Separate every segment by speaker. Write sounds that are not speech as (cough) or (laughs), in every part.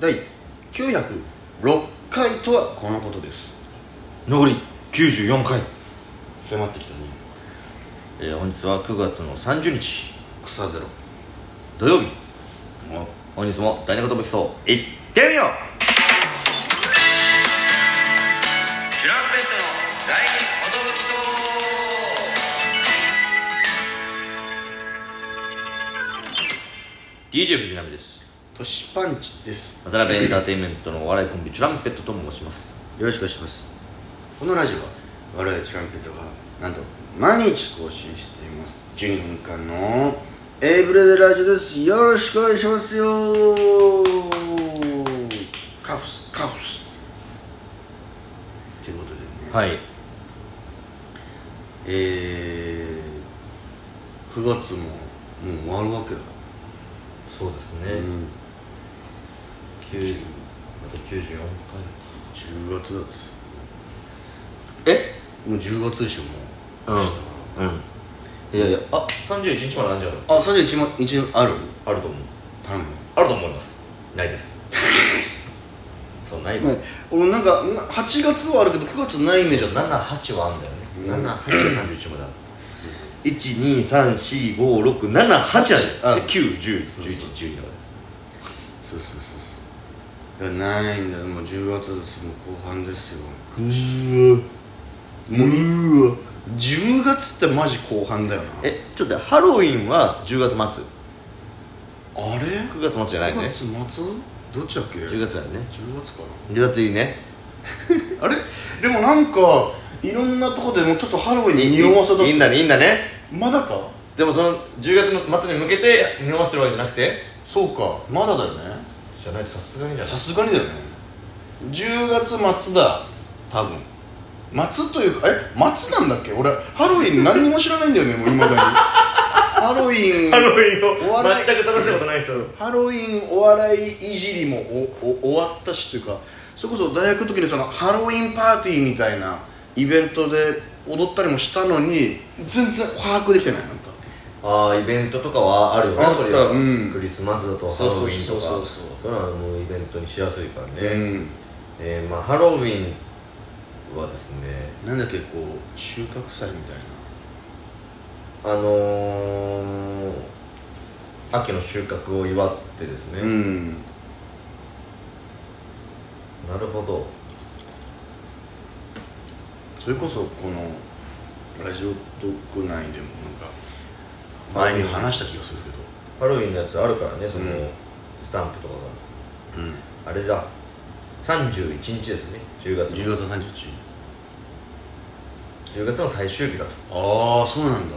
Speaker 1: 第906回とはこのことです
Speaker 2: 残り94回、
Speaker 1: 迫ってきたね
Speaker 2: えー本日は9月の30日
Speaker 1: 草ゼロ
Speaker 2: 土曜日
Speaker 1: も
Speaker 2: 本日も第二言武器層いってみようチュランペットの第二言武器層 DJ 藤波です
Speaker 1: うトシパンチです
Speaker 2: 渡辺エンターテインメントのお笑いコンビチュランペットと申します
Speaker 1: よろしくお願いしますこのラジオは我々チュランペットがなんと毎日更新しています12分間のエイブレデラジオですよろしくお願いしますよカフスカフスということでね、
Speaker 2: はい
Speaker 1: えー、9月ももう終わるわけだ、
Speaker 2: そうですね、
Speaker 1: うん、
Speaker 2: 90あと94
Speaker 1: 10月だっつ
Speaker 2: 回え
Speaker 1: もう10月でしょもう、
Speaker 2: う
Speaker 1: 明
Speaker 2: ん
Speaker 1: 日か
Speaker 2: うんいやいやあ31日までなんじゃない
Speaker 1: らあ31万一ある
Speaker 2: あると思う
Speaker 1: 頼むよ
Speaker 2: あると思いますない (laughs) ですそうない
Speaker 1: まあ俺なんかな8月はあるけど9月ないイメージだった
Speaker 2: 78はあんだよね、
Speaker 1: うん
Speaker 2: 78が31まである12345678あ
Speaker 1: あ
Speaker 2: る9 1 0 1 1
Speaker 1: そうそう
Speaker 2: 1
Speaker 1: そ
Speaker 2: 1 2
Speaker 1: うそうそうそうだからないんだよもう10月ですもう後半ですよ
Speaker 2: う
Speaker 1: もううわ10月ってマジ後半だよな
Speaker 2: えちょっと待ってハロウィンは10月末
Speaker 1: あれ
Speaker 2: 9月末じゃないよ
Speaker 1: 9
Speaker 2: ね
Speaker 1: 月末どっちだっけ
Speaker 2: 10
Speaker 1: 10
Speaker 2: 月だよね
Speaker 1: 10月かな
Speaker 2: 10月いいね
Speaker 1: あれでもなんかいろんなとこでもうちょっとハロウィンに匂わせだ
Speaker 2: いいん
Speaker 1: し
Speaker 2: だねいいんだね
Speaker 1: まだか
Speaker 2: でもその10月の末に向けて匂わせてるわけじゃなくて
Speaker 1: そうかまだだよね
Speaker 2: じゃないとさすがにじゃ
Speaker 1: さすがにだよね10月末だ多分末というかえ末なんだっけ俺ハロウィン何にも知らないんだよねもういまだ
Speaker 2: (laughs)
Speaker 1: にハロウィン
Speaker 2: ハロウィン
Speaker 1: お
Speaker 2: を
Speaker 1: 笑い
Speaker 2: 全く楽しいことない人
Speaker 1: ハロウィンお笑いいじりもおお終わったしというかそれこそ大学の時にそのハロウィンパーティーみたいなイベントで踊ったりもしたのに全然把握できてないなんか
Speaker 2: ああイベントとかはあるよね
Speaker 1: あった
Speaker 2: それは
Speaker 1: うん
Speaker 2: クリスマスだとハ
Speaker 1: そう
Speaker 2: ロ
Speaker 1: そ
Speaker 2: ウ
Speaker 1: う
Speaker 2: ィン
Speaker 1: そう
Speaker 2: とか
Speaker 1: そう
Speaker 2: そういうのはもうイベントにしやすいからね、
Speaker 1: うん
Speaker 2: えーまあ、ハロウィンはですね
Speaker 1: なんだっけこう収穫祭みたいな
Speaker 2: あのー、秋の収穫を祝ってですね、
Speaker 1: ん
Speaker 2: なるほど
Speaker 1: それこそこのラジオトーク内でもなんか前に話した気がするけ
Speaker 2: ハロウィンのやつあるからねその、
Speaker 1: うん
Speaker 2: スタンプとか
Speaker 1: ど、うん、
Speaker 2: があれだ31日ですね10月
Speaker 1: 10
Speaker 2: の
Speaker 1: 月の31日
Speaker 2: ,10 月の最終日だと
Speaker 1: ああそうなんだ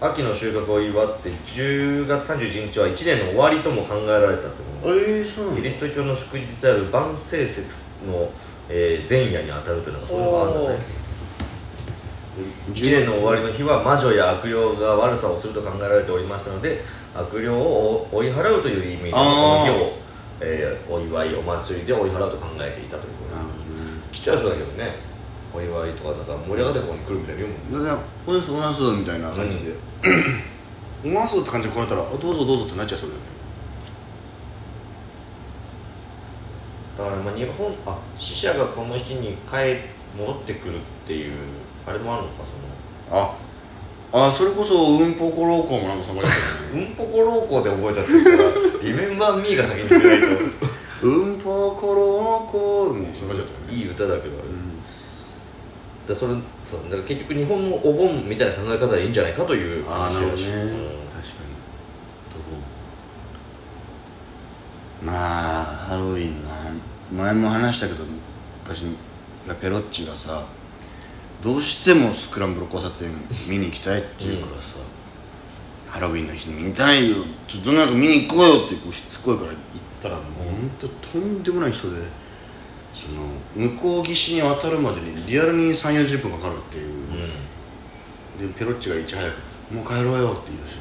Speaker 2: 秋の収穫を祝って10月31日は1年の終わりとも考えられてたって
Speaker 1: え
Speaker 2: こと
Speaker 1: ー、そう
Speaker 2: キリスト教の祝日である万世節の、えー前夜に当たるというのがそういうのがあるんだね1年の終わりの日は魔女や悪霊が悪さをすると考えられておりましたので悪霊を追い払うという意味でこ
Speaker 1: あ
Speaker 2: の
Speaker 1: ー
Speaker 2: 日を、えーお祝いお祭りで追い払うと考えていたということ
Speaker 1: なるほ
Speaker 2: 来ちゃう人だけどねお祝いとかなんか盛り上がってるところに来るみたいに言うもんね
Speaker 1: どねだから「おやすおやす」みたいな感じで (clears throat) 「おやす」って感じで来られたらあ「どうぞどうぞ」ってなっちゃいそうだよね
Speaker 2: だからまあ日本あ死者がこの日に帰戻ってくるっていうあれもあるのかそ
Speaker 1: ああそれこそうんぽころうこうもなんかそんな感じだよね
Speaker 2: のうんぽこ老後で覚えたっていうから「リメンバー・ミー」が先に出ないと
Speaker 1: (laughs) うんぽころうこうもうそんな感じだったよね
Speaker 2: いい歌だ
Speaker 1: う
Speaker 2: けどあれ、
Speaker 1: ん
Speaker 2: だそれそうだから結局日本のお盆みたいな考え方でいいんじゃないかという
Speaker 1: ああなるほどね
Speaker 2: 話うん
Speaker 1: 確かにどうまあハロウィンの前も話したけど昔ペロッチがさどうしてもスクランブル交差点見に行きたいって言うからさ、ハロウィンの日に見たいよちょっとなんか見に行こうよってこうしつこいから行ったらもう本当とんでもない人でその向こう岸に渡るまでにリアルに3 4 0分かかるっていう、
Speaker 2: うん
Speaker 1: でペロッチがいち早く「もう帰ろうよ」って言い出し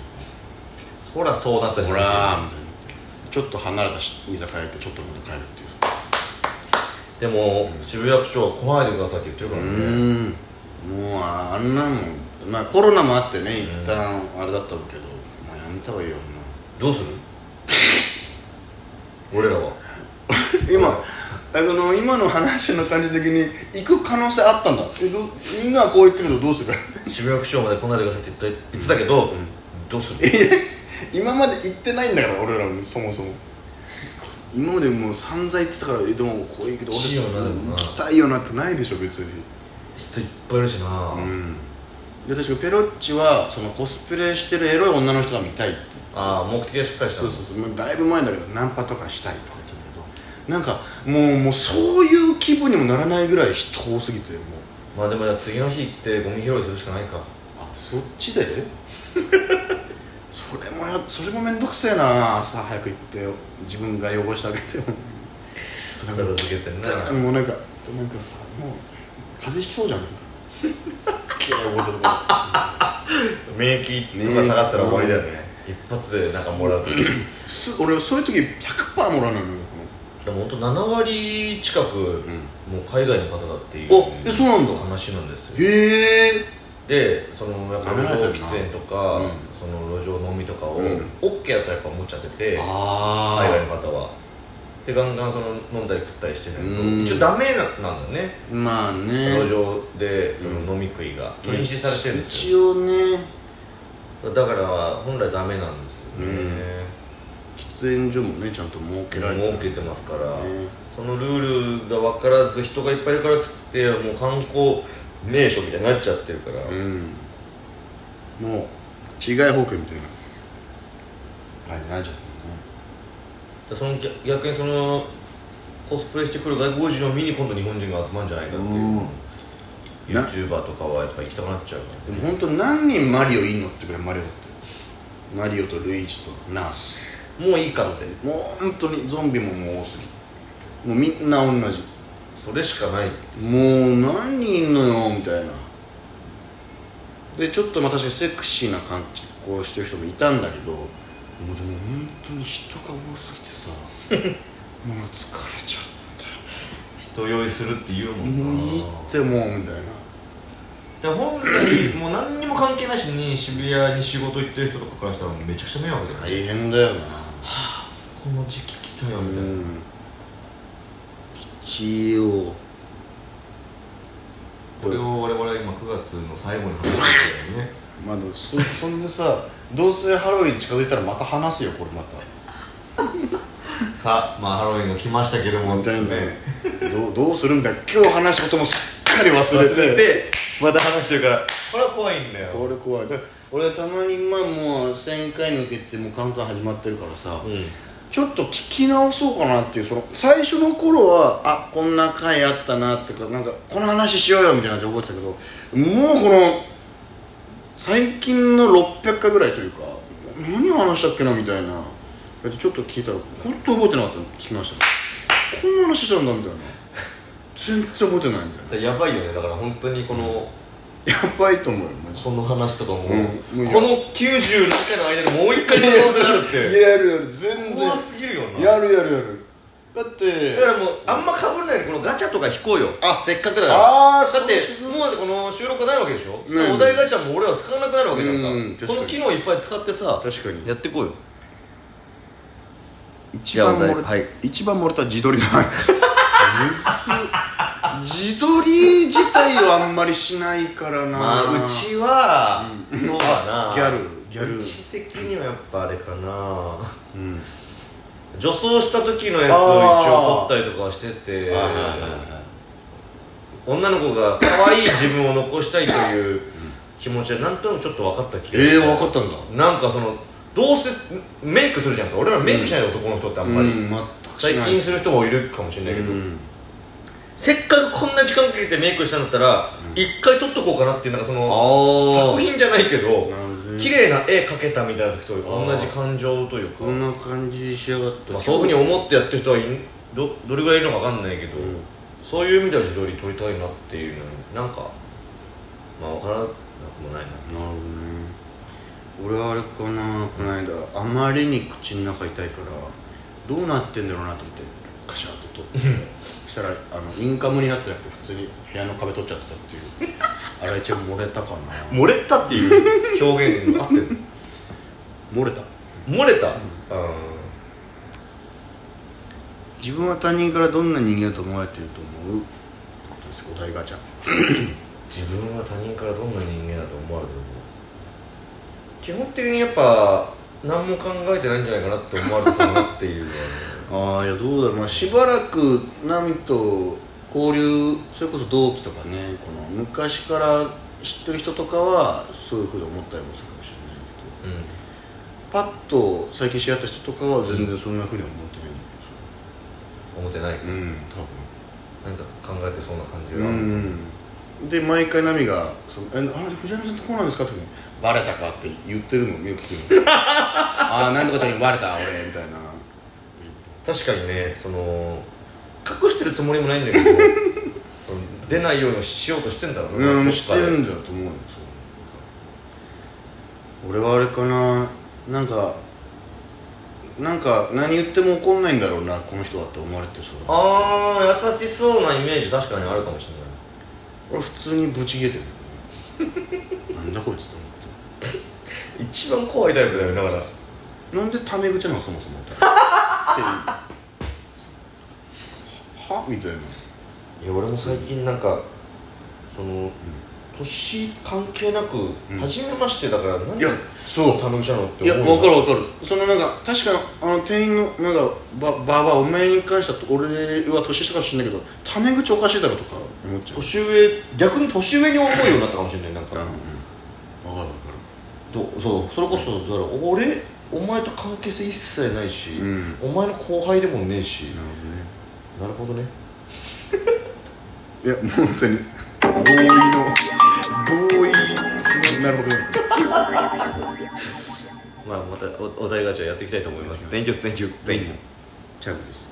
Speaker 2: ほらそうなった
Speaker 1: て「
Speaker 2: じ
Speaker 1: ほ
Speaker 2: ゃん
Speaker 1: ら」みたいになってちょっと離れたし居酒屋行ってちょっと飲んで帰るっていう
Speaker 2: でも、渋谷区長は来ないでくださいって言ってるから
Speaker 1: う
Speaker 2: ね、
Speaker 1: んもうあんなもんまあコロナもあってね一旦あれだったけど、まあ、やめた方がいいよ
Speaker 2: どうする俺らは
Speaker 1: 今あその今の話の感じ的に行く可能性あったんだえどみんなはこう言ってるけどどうする (laughs)
Speaker 2: 渋谷区長まで来ないでくださいって言った言ってたけど、どうする
Speaker 1: 今まで行ってないんだから俺らもそもそも今までもう散々言ってたからえでもこういうけど俺
Speaker 2: しようなでもな
Speaker 1: 行きたいよなってないでしょ別に
Speaker 2: 人いっぱいいるしな、
Speaker 1: うんで確かペロッチはそのコスプレしてるエロい女の人が見たいって
Speaker 2: ああ目的はしっかりした
Speaker 1: そ
Speaker 2: の
Speaker 1: うそうそうもうだいぶ前だけどナンパとかしたいとか言ってたけどなんかもうもうそういう気分にもならないぐらい人多すぎてもう
Speaker 2: まあでもじゃあ次の日行ってゴミ拾いするしかないか
Speaker 1: あそっちで (laughs) それもやそれも面倒くせえな朝早く行って自分が汚してあげても
Speaker 2: 片付けてんな
Speaker 1: もうなんかなんかさもう風邪ひきそうじゃん (laughs) なんかすっげえ覚えたとこ (laughs)
Speaker 2: 免疫とか探したら終わりだよね一発でなんかもらうとで
Speaker 1: す俺そういう時100%もらうのよこ
Speaker 2: も本当7割近く、
Speaker 1: ん
Speaker 2: もう海外の方だっていう
Speaker 1: おえそうなんだ
Speaker 2: 話なんですよ
Speaker 1: のへえ
Speaker 2: でそのやっぱ路
Speaker 1: 舐められて
Speaker 2: 上
Speaker 1: るな
Speaker 2: 喫煙とか、
Speaker 1: うん
Speaker 2: その路上飲みとかを、
Speaker 1: うん
Speaker 2: OK だとやっぱ持っちゃってて海
Speaker 1: ああ
Speaker 2: 外の方はでガンガンその飲んだり食ったりしてないけど
Speaker 1: うん
Speaker 2: 一応ダメななんだよね
Speaker 1: まあね
Speaker 2: 路上でそ
Speaker 1: うん
Speaker 2: の飲み食いが禁止されてるんです
Speaker 1: 一
Speaker 2: よ
Speaker 1: 応ね
Speaker 2: だから本来ダメなんですよね、
Speaker 1: 喫煙所もねちゃんと設けられて
Speaker 2: 儲けてますから、
Speaker 1: ね
Speaker 2: そのルールが分からず人がいっぱいいるからっつってもう観光名所みたいになっちゃってるから、
Speaker 1: うんもう違い保険みたいなはいなっちゃった
Speaker 2: でその逆逆にそのコスプレしてくる外国人を見に今度日本人が集まるんじゃないかっていう、
Speaker 1: うんな
Speaker 2: YouTuber とかはやっぱ行きたくなっちゃうから
Speaker 1: ねでも本当何人マリオいんのってぐらいマリオだったよマリオとルイージとナース
Speaker 2: もういいかって
Speaker 1: もう本当にゾンビももう多すぎもうみんな同じ
Speaker 2: それしかない
Speaker 1: もう何人いんのよみたいなでちょっとまあ確かにセクシーな感じこうしてる人もいたんだけどもうでも本当に人が多すぎてさ (laughs) もう疲れちゃっ
Speaker 2: 人酔いするって言うも
Speaker 1: て
Speaker 2: んな
Speaker 1: もういいってもうみたいな
Speaker 2: で本来もう何にも関係なしに渋谷に仕事行ってる人とかからしたらめちゃくちゃ迷惑だよね
Speaker 1: 大変だよな
Speaker 2: この時期来たよ
Speaker 1: う
Speaker 2: みたいな、
Speaker 1: ん一応
Speaker 2: これを我々は今9月の最後に話してるんだよね
Speaker 1: まだそそんでさどうせハロウィン近づいたらまた話すよこれまた
Speaker 2: さあまあハロウィンが来ましたけども
Speaker 1: みたいな
Speaker 2: ね
Speaker 1: どうどうするんだよ今日話したこともすっかり忘れて
Speaker 2: でまた話してるからこれは怖いんだよ
Speaker 1: 俺怖いだ俺たまにまあもう1000回抜けてもうカウントダウン始まってるからさ、
Speaker 2: うん
Speaker 1: ちょっと聞き直そうかなっていうその最初の頃はあこんな回あったなってかなんかこの話しようよみたいな感じで覚えてたけどもうこの最近の600回ぐらいというか何話したっけなみたいなちょっと聞いたら本当覚えてなかったの聞きましたこんな話したんだみたいな全然覚えてないみたいな
Speaker 2: だからやばいよねだから本当にこの、
Speaker 1: やばいと思うよマジで
Speaker 2: この話とかも、
Speaker 1: うん
Speaker 2: この90何回の間にもう一回可能性があるって
Speaker 1: やるやる全然
Speaker 2: 怖すぎるよな
Speaker 1: やるやるやるだって
Speaker 2: だからもうあんまかぶらないようにこのガチャとか引こうよ
Speaker 1: あ
Speaker 2: せっかくだから
Speaker 1: あー
Speaker 2: だって
Speaker 1: そう
Speaker 2: もうだってこの収録ないわけでしょ、
Speaker 1: うん
Speaker 2: お題ガチャも俺ら使わなくなるわけじゃんか、
Speaker 1: うん確か
Speaker 2: こ
Speaker 1: に
Speaker 2: の機能いっぱい使ってさ
Speaker 1: 確かに
Speaker 2: やってこうよ
Speaker 1: 一番
Speaker 2: いや
Speaker 1: 漏れ、
Speaker 2: はい
Speaker 1: 一番漏れた自撮りの話 (laughs) むす自撮り自体をあんまりしないからな、
Speaker 2: まあうちは、そうだな
Speaker 1: ギャルギャル
Speaker 2: うち的にはやっぱあれかな
Speaker 1: うん
Speaker 2: 女装した時のやつを一応
Speaker 1: あー
Speaker 2: 撮ったりとかはしてて
Speaker 1: はいはいはいはい
Speaker 2: 女の子が可愛い自分を残したいという気持ちはなんとなくちょっと分かった気が
Speaker 1: ええー、分かったんだ
Speaker 2: なんかそのどうせメイクするじゃんか俺らメイクしない男の人ってあ
Speaker 1: あ
Speaker 2: んまり、
Speaker 1: うん、全くし
Speaker 2: 最
Speaker 1: ない
Speaker 2: 近する人もいるかもしれないけど、
Speaker 1: うん
Speaker 2: せっかくこんな時間かけてメイクしたんだったら一、回撮っとこうかなっていうなんかそ
Speaker 1: あ
Speaker 2: の
Speaker 1: あ
Speaker 2: 作品じゃないけど
Speaker 1: なるほどね
Speaker 2: 綺麗な絵描けたみたいな時と同じ感情という
Speaker 1: こ
Speaker 2: か
Speaker 1: んな感じにしやがった、
Speaker 2: まあ、そういうふうに思ってやってる人はいんどどれぐらいいるのか分かんないけ
Speaker 1: ん
Speaker 2: ど、そういう意味では自撮り撮りたいなっていうのになんかまあ分からなくもないな
Speaker 1: なるほどね俺はあれかなこの間あまりに口の中痛いからどうなってんだろうなと思ってカシャッと取ってそしたらあのインカムになってなくて普通に部屋の壁取っちゃってたっていうあれ一応漏れたかな
Speaker 2: 漏れたっていう表現が合ってる (laughs)
Speaker 1: 漏れた
Speaker 2: 漏れた、うん
Speaker 1: 自分は他人からどんな人間だと思われてると思うってことですお題ガチャ
Speaker 2: 自分は他人からどんな人間だと思われてるの基本的にやっぱ何も考えてないんじゃないかなって思われてそうだなっていうのはね
Speaker 1: ああいやどうだろう、まあ、しばらく波と交流それこそ同期とかねこの昔から知ってる人とかはそういうふうに思ったりもするかもしれないけど
Speaker 2: うん
Speaker 1: パッと最近知り合った人とかは全然そんなふうには思ってないんだ
Speaker 2: 思ってない
Speaker 1: けどうん
Speaker 2: なんか考えてそうな感じ
Speaker 1: 多
Speaker 2: が、
Speaker 1: 分うんで毎回ナミがその「えあれ藤波さんってこうなんですか?」って言うのバレたか?」って言ってるのをよく聞くの「ああなんとかちゃんにバレた俺」みたいな
Speaker 2: 確かにねその隠してるつもりもないんだけど (laughs) その出ないようにしようとしてんだろうね
Speaker 1: うん
Speaker 2: どっかで
Speaker 1: してるんだと思うよそう俺はあれかななんかなんか何言っても怒んないんだろうなこの人はって思われてそうだ
Speaker 2: ああ優しそうなイメージ確かにあるかもしれない
Speaker 1: 俺普通にブチ切れてる
Speaker 2: (laughs)
Speaker 1: よねなんだこいつと思って
Speaker 2: 一番怖いタイプだよねだから
Speaker 1: なんでタメ口なのそもそ
Speaker 2: (laughs)
Speaker 1: もってっていうはみたいない
Speaker 2: や俺も最近なんかその年関係なく、
Speaker 1: うん
Speaker 2: 初めましてだから何
Speaker 1: いやそう
Speaker 2: 頼むじゃのって
Speaker 1: いや
Speaker 2: 思うよ
Speaker 1: 分かる分かるそのなんか確かあの店員のなんかばばばあお前に関しては俺は年下かもしれないけどタメ口おかしいだろとか思っちゃう
Speaker 2: 年上逆に年上に思うようになったかもしれないなん
Speaker 1: うんう
Speaker 2: か
Speaker 1: ん分かる
Speaker 2: どそうそれこそだから俺お前と関係性一切ないし、
Speaker 1: うん
Speaker 2: お前の後輩でもねえし、
Speaker 1: 分
Speaker 2: なるほどね
Speaker 1: かるなるほどねいやもう本当に合意の合意のなるほどね
Speaker 2: まあまたおお題ガチャやっていきたいと思います Thank you, thank you, thank you.
Speaker 1: チャグです